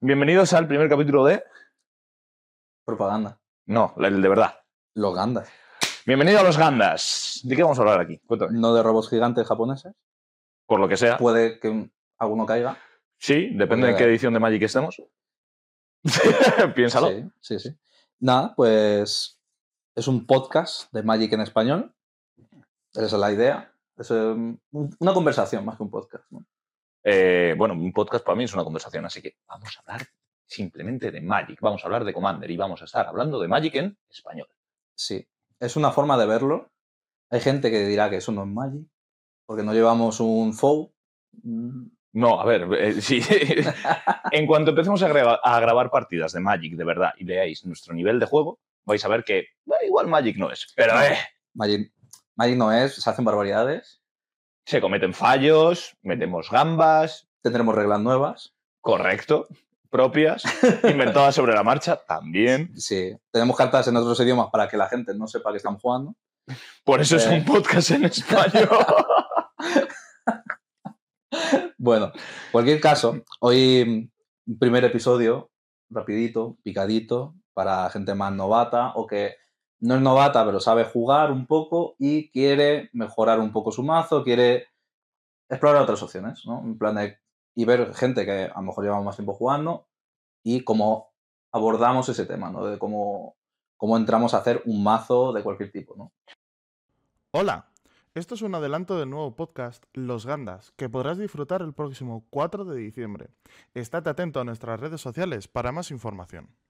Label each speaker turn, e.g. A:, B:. A: Bienvenidos al primer capítulo de.
B: Propaganda.
A: No, el de verdad.
B: Los gandas.
A: Bienvenido a los Gandas. ¿De qué vamos a hablar aquí? Cuéntame.
B: No de robots gigantes japoneses.
A: Por lo que sea.
B: Puede que alguno caiga.
A: Sí, depende de
B: Pues,
A: qué edición de Magic estemos. Piénsalo.
B: Sí, sí, sí. Nada, pues es un podcast de Magic en español. Esa es la idea. Es em, un- una conversación más que un podcast. ¿no?
A: Eh, bueno, un podcast para mí es una conversación, así que vamos a hablar simplemente de Magic. Vamos a hablar de Commander y vamos a estar hablando de Magic en español.
B: Sí, es una forma de verlo. Hay gente que dirá que eso no es Magic, porque no llevamos un FOU. Mm,
A: No, a ver, eh, sí. en cuanto empecemos a, greba- a grabar partidas de Magic de verdad y veáis nuestro nivel de juego, vais a ver que eh, igual Magic no es. Pero eh,
B: Magic, Magic no es, se hacen barbaridades.
A: se cometen fallos, metemos gambas,
B: Tendremos reglas nuevas.
A: correcto, propias, inventadas sobre la marcha, también.
B: Sí, tenemos cartas en otros idiomas para que la gente no sepa que están jugando.
A: Por eso es
B: Eh.
A: un podcast en español.
B: Bueno, cualquier caso, hoy mm, primer episodio, rapidito, picadito, para gente más novata o que no es novata pero sabe jugar un poco y quiere mejorar un poco su mazo, quiere explorar otras opciones, ¿no? En plan de, y ver gente que a lo mejor llevamos más tiempo jugando y cómo abordamos ese tema, ¿no? De cómo, cómo entramos a hacer un mazo de cualquier tipo, ¿no?
C: Hola, esto es un adelanto del nuevo podcast Los Gandas, que podrás disfrutar el próximo 4 de diciembre. Estate atento a nuestras redes sociales para más información.